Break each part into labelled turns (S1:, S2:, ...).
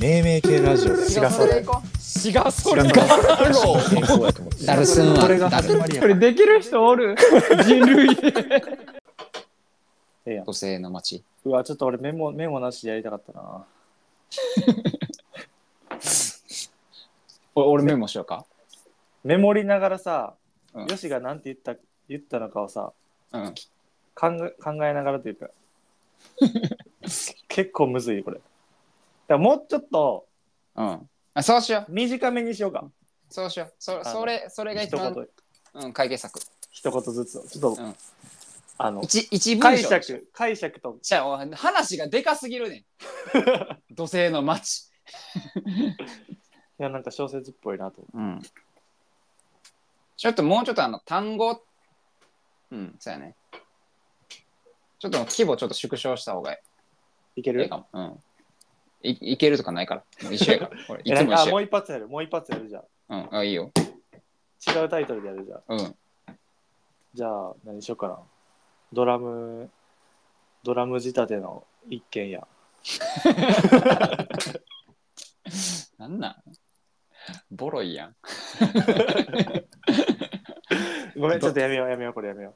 S1: 命名系ラジオだよ
S2: 違うそれ行こ
S3: 違うそれ
S1: 違う
S3: か
S1: 健康やと思って
S4: ダルスンは
S2: これが
S4: ダル
S3: これできる人おる人類
S2: うええやん
S4: 女性の街
S2: うわちょっと俺メモメモなしでやりたかったな
S4: お俺メモしようか
S2: メモりながらさ、
S4: うん
S2: よしがなんて言った言ったのかをさ
S4: うん
S2: 考え考えながらという か結構むずいこれだからもうちょっと
S4: うんあそうしよう
S2: 短めにしようか
S4: そうしようそ
S2: の
S4: それそれが一
S2: 一
S4: 番
S2: 言
S4: うん解決策
S2: 一言ずつをちょっと、
S4: うん
S2: あの
S4: 一一文
S2: 解
S4: 章
S2: 釈解釈と
S4: じゃあお話がでかすぎるね ん土星の街
S2: いやなんか小説っぽいなと思
S4: うんちょっともうちょっとあの単語うんそうやねちょっと規模ちょっと縮小した方がいう
S2: いけ
S4: い
S2: る
S4: かもうんいいけるとかないからもう一緒や から俺い
S2: えな
S4: つ
S2: ん
S4: も
S2: かあ
S4: 一
S2: も
S4: 緒
S2: う一発やるもう一発やるじゃ
S4: うんあいいよ
S2: あ違うタイトルでやるじゃあ
S4: うん
S2: じゃあ何しようかなドラムドラム仕立ての一軒家
S4: なんなんボロいやん
S2: ごめんちょっとやめようやめようこれやめよ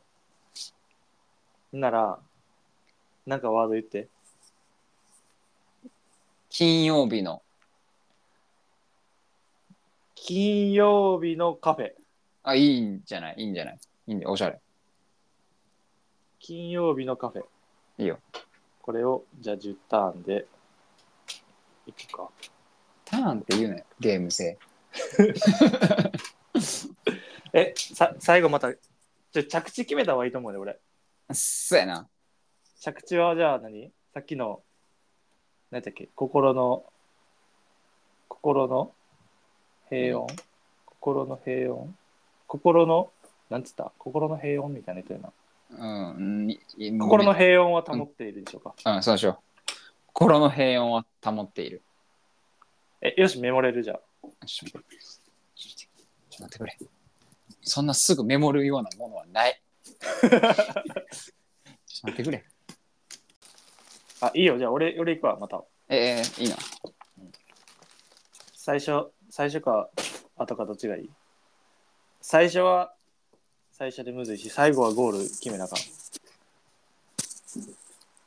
S2: うならなんかワード言って
S4: 金曜日の
S2: 金曜日のカフェ
S4: あいいんじゃないいいんじゃないいいんでおしゃれ
S2: 金曜日のカフェ
S4: いいよ
S2: これをじゃあ10ターンでいくか
S4: ターンって言うねゲーム性
S2: えさ最後またちょ着地決めた方がいいと思うね俺
S4: そうやな
S2: 着地はじゃあ何さっきの何だっけ心の心の平穏心の平穏心のなんつった心の平穏みたいな言ってるな
S4: うんいい
S2: 心の平穏は保っているでしょうか、
S4: うん、そうしよう。心の平穏は保っている。
S2: えよしメモれるじゃん
S4: ちょっと待ってちょっと待ってくれ。そんなすぐメモるようなものはない。ちょっと待ってくれ。
S2: あいいよじゃあ俺俺行くわまた
S4: えー、いいな。
S2: 最初最初か後かどっちがいい最初は最初でむずいし最後はゴール決めなあかん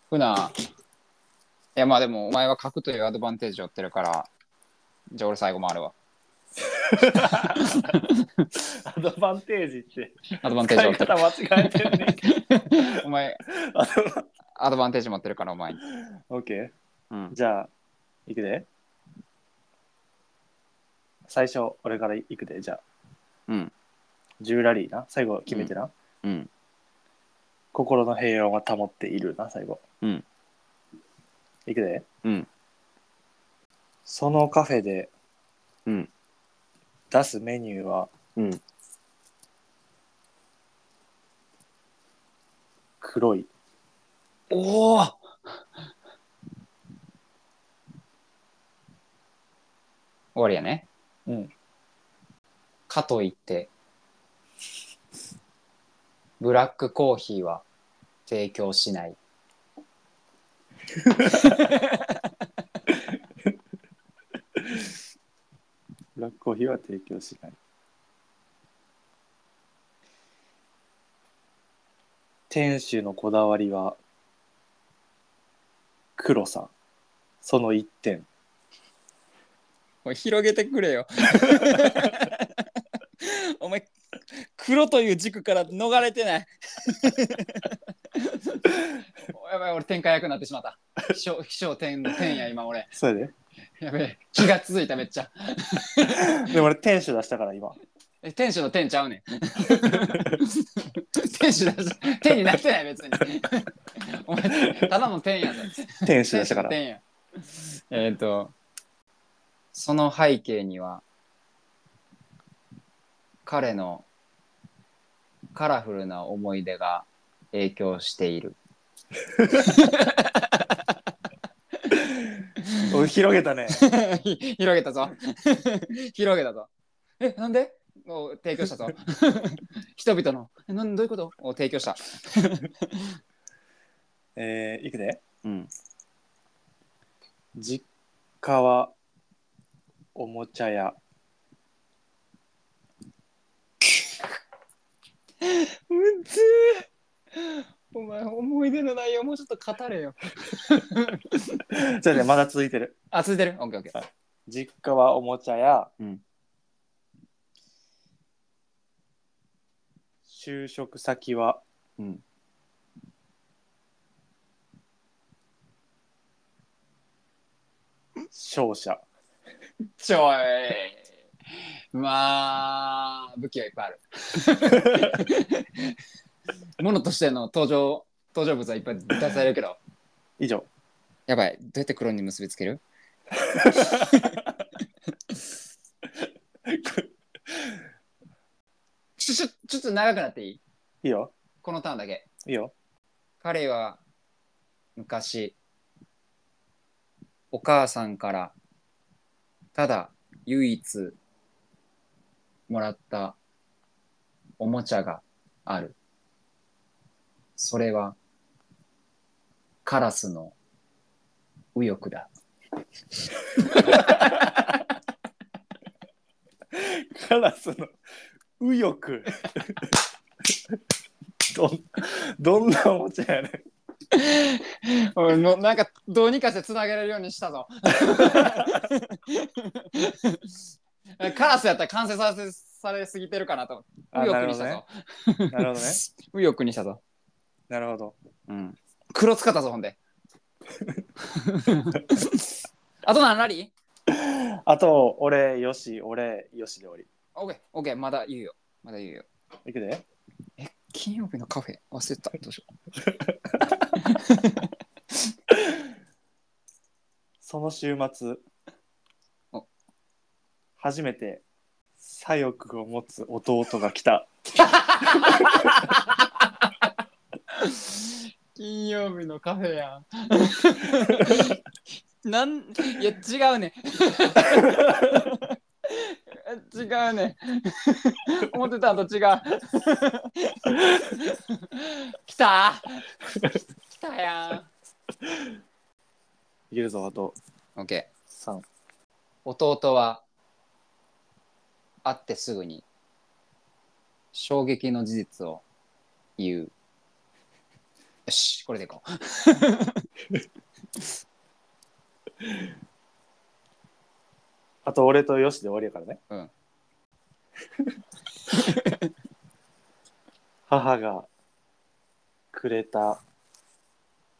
S4: ふな。いや、まあでも、お前は書くというアドバンテージを負ってるから、じゃあ俺最後もあるわ。
S2: アドバンテージって
S4: アドバンテージ
S2: 使
S4: を
S2: い
S4: 負って
S2: 方間違えてるね
S4: る。お前、アドバンテージ持ってるから、お前に。
S2: オッケー
S4: うん。
S2: じゃあ、いくで。最初、俺からいくで、じゃあ。
S4: うん。
S2: 10ラリーな。最後、決めてな。
S4: うん。
S2: 心の平穏は保っているな、最後。
S4: うん。
S2: いくで。
S4: うん。
S2: そのカフェで、
S4: うん。
S2: 出すメニューは、
S4: うん。
S2: 黒い。
S4: おお終わりやね。
S2: うん。
S4: かといってブラックコーヒーは提供しない
S2: ブラックコーヒーは提供しない。店主のこだわりは黒さその一点
S4: おい広げてくれよ お前黒という軸から逃れてない おやばい俺展開役になってしまった飛翔飛翔天天や今俺
S2: それ
S4: やべえ気が続いためっちゃ
S2: ででも俺店主出したから今
S4: え天使の天ちゃう ねん天使だし天になってない別にお前ただの天やぞ
S2: 店主出したから
S4: えっと、その背景には、彼のカラフルな思い出が影響している。
S2: 俺広げた ね
S4: ひ 広げたぞ。 広げたぞ。え、なんでを提供したぞ。 人々の、えなんどういうことを提供した。
S2: えー、いくで
S4: うん。
S2: 実家はおもちゃ屋。
S3: うんつーお前思い出の内容もうちょっと語れよ。
S2: そうね、まだ続いてる。
S4: あ、続いてるオッケーオッケー。
S2: 実家はおもちゃ屋。
S4: うん
S2: 就職先は。
S4: うん
S2: 商社。
S4: ちょい。まあ、武器はいっぱいある。ものとしての登場、登場物はいっぱい出されるけど。
S2: 以上。
S4: やばい、どうやって黒に結びつけるちょ、ちょ、ちょっと長くなっていい
S2: いいよ。
S4: このターンだけ。
S2: いいよ。
S4: 彼は昔お母さんからただ唯一もらったおもちゃがあるそれはカラスの右翼だ
S2: カラスの右翼。 どんどんなおもちゃやねん。
S4: もうなんかどうにかしてつなげれるようにしたぞ カラスやったら完成させされすぎてるかなと
S2: あ
S4: 右翼
S2: なる
S4: にし
S2: ほど
S4: た
S2: ね
S4: ぞ。
S2: なるほどね。
S4: 右翼にしたぞ
S2: なるほど。
S4: うん。黒使ったぞ、ほん で。あと何ラリー
S2: あと、俺、よし、俺、よしで終わり。
S4: オッケー、オッケー、まだ言うよ。まだ言うよ。
S2: いくで。
S4: 金曜日のカフェ、忘れてた。どうしよ
S2: その週末
S4: お、
S2: 初めて左翼を持つ弟が来た。
S4: う。金曜日のカフェやん。 なん、いや、違うね。 違うね。思ってたんと違 う。来た来たや
S2: いけるぞ、あと
S4: ん。オッケー。
S2: 3。
S4: 弟は会ってすぐに衝撃の事実を言うよしこれでいこう
S2: あと、俺とよしで終わりやからね。
S4: うん
S2: 母がくれた、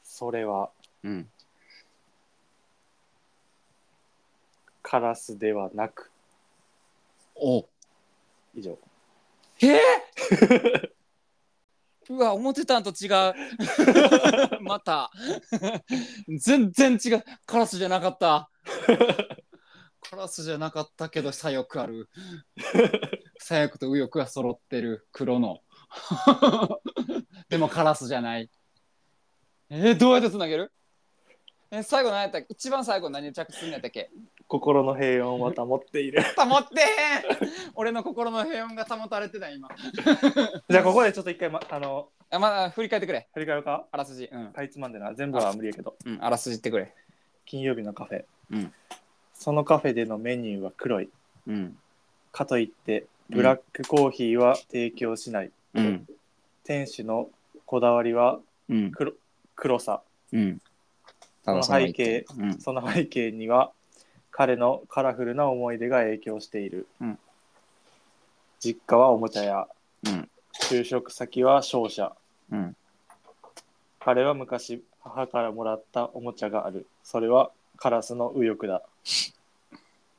S2: それは
S4: うん
S2: カラスではなく、
S4: お
S2: 以上。
S4: えー、うわ思ってたんと違う また全然違うカラスじゃなかったカラスじゃなかったけど左翼ある左翼と右翼が揃ってる黒のでもカラスじゃないえー、どうやってつなげるえー最後何やったっけ一番最後何に着地するんやったっけ
S2: 心の平穏は保っ ている。
S4: 保ってへん俺の心の平穏が保たれてない今
S2: じゃあ、ここでちょっと一回、ま、あの、
S4: あまだ振り返ってくれ
S2: 振り返るか
S4: あらすじうん
S2: かいつまんでな。全部は無理やけど。
S4: うん、あらすじってくれ。
S2: 金曜日のカフェ、
S4: うん
S2: そのカフェでのメニューは黒い
S4: うん。
S2: かといってブラックコーヒーは提供しない、
S4: うん。
S2: 店主のこだわりは
S4: うん。
S2: 黒黒さ
S4: うん。た
S2: その背景。
S4: うん。
S2: その背景には彼のカラフルな思い出が影響している、
S4: うん
S2: 実家はおもちゃ屋
S4: うん。
S2: 就職先は商社
S4: うん。
S2: 彼は昔母からもらったおもちゃがあるそれはカラスの右翼だ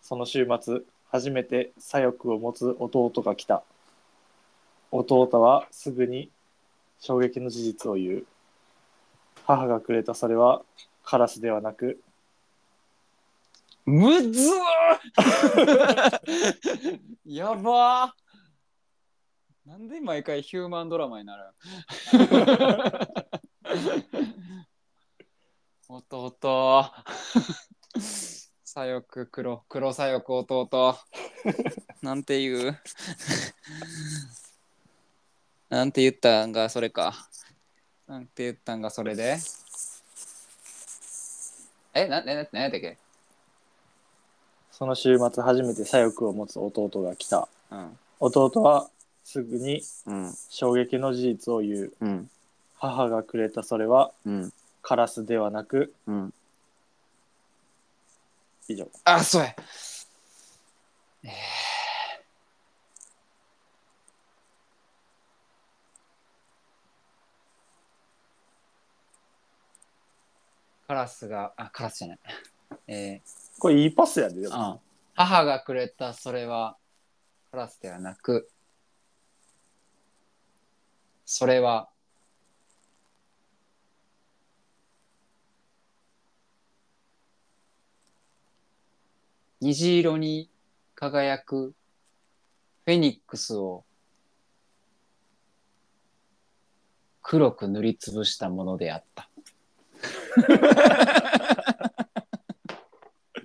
S2: その週末初めて左翼を持つ弟が来た弟はすぐに衝撃の事実を言う母がくれたそれはカラスではなく
S4: むずー やばーなんで毎回ヒューマンドラマになる弟左翼黒黒左翼弟なんて言うなんて言ったんがそれかなんて言ったんがそれでえななな何やったっけ
S2: その週末初めて左翼を持つ弟が来た。
S4: うん。
S2: 弟はすぐに
S4: うん。
S2: 衝撃の事実を言う。
S4: うん。
S2: 母がくれたそれは
S4: うん。
S2: カラスではなく、
S4: うん。
S2: 以上。
S4: あ、そうや。えーカラスが、あ、カラスじゃない。え
S2: これいいパスやで。で
S4: ー、
S2: も
S4: うん母がくれたそれはカラスではなく、それは虹色に輝くフェニックスを黒く塗りつぶしたものであった。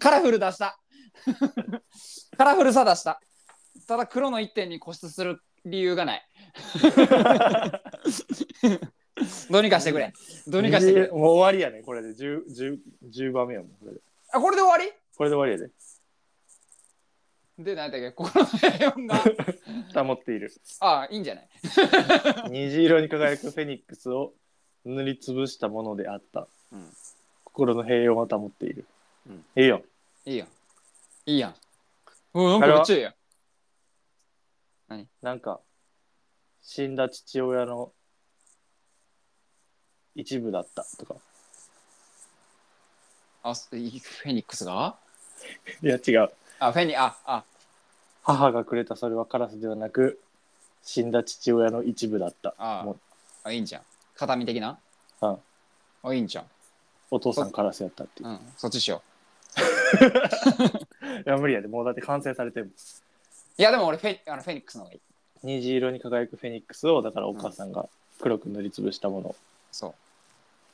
S4: カラフル出した。 カラフルさ出した。ただ黒の一点に固執する理由がない。 どうにかしてくれ。どうにかしてくれ。
S2: もう終わりやね。これで 10, 10, 10番目やもん。これで
S4: あ、これで終わり
S2: これで終わりやで。
S4: で、なんだっけ、心の平穏が。
S2: 保っている。
S4: あいいんじゃない
S2: 虹色に輝くフェニックスを塗りつぶしたものであった、
S4: うん
S2: 心の平穏を保っている、
S4: うん
S2: いいよ
S4: いいよ。いいやん。うん、なんかめっちゃいいやん。
S2: なんか死んだ父親の一部だったとか
S4: あ、すいいフェニックスが
S2: いや違う
S4: あ、フェニ、あ、あ、
S2: 母がくれたそれはカラスではなく死んだ父親の一部だった
S4: あ
S2: もう
S4: あ、いいんじゃん。形見的な
S2: うん。
S4: あ、いいんじゃん。
S2: お父さんカラスやったっていう
S4: うん、そっちしよ
S2: いや無理やでもうだって完成されてる
S4: う。いや、でも俺フェ、あのフェニックスの方がいい。
S2: 虹色に輝くフェニックスをだからお母さんが黒く塗りつぶしたもの、
S4: そ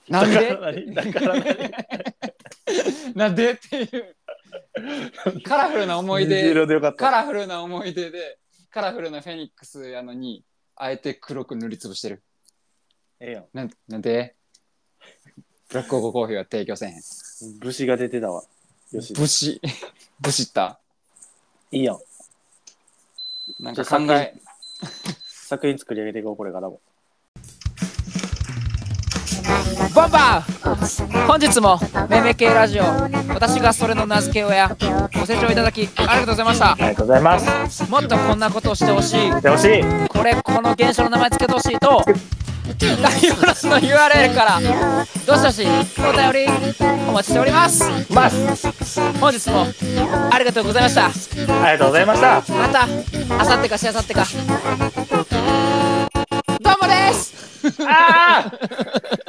S4: う。なんで
S2: だから何だから何
S4: なんでっていう。カラフルな思い
S2: 虹
S4: 出、
S2: 色でよかった
S4: カラフルな思い出で、カラフルなフェニックスやのに、あえて黒く塗りつぶしてる。
S2: ええやん
S4: なんなんでブラックオーココーヒーは提供せえへん。
S2: 武士が出てたわ。よし。
S4: ブシ、ブシった。
S2: いいやん。
S4: なんか考え、
S2: 作品作り上げていこう、これからも。
S5: ボンバー本日もめめ系ラジオ私がそれの名付け親ご清聴いただきありがとうございました
S2: ありがとうございます。
S5: もっとこんなことをしてほしい
S2: でほしい。
S5: これこの現象の名前つけてほしいと概要欄の URL からどしどしお便りお待ちしておりますます本日もありがとうございました
S2: ありがとうございました。
S5: またあさってかしあさってかどうもです
S2: ああ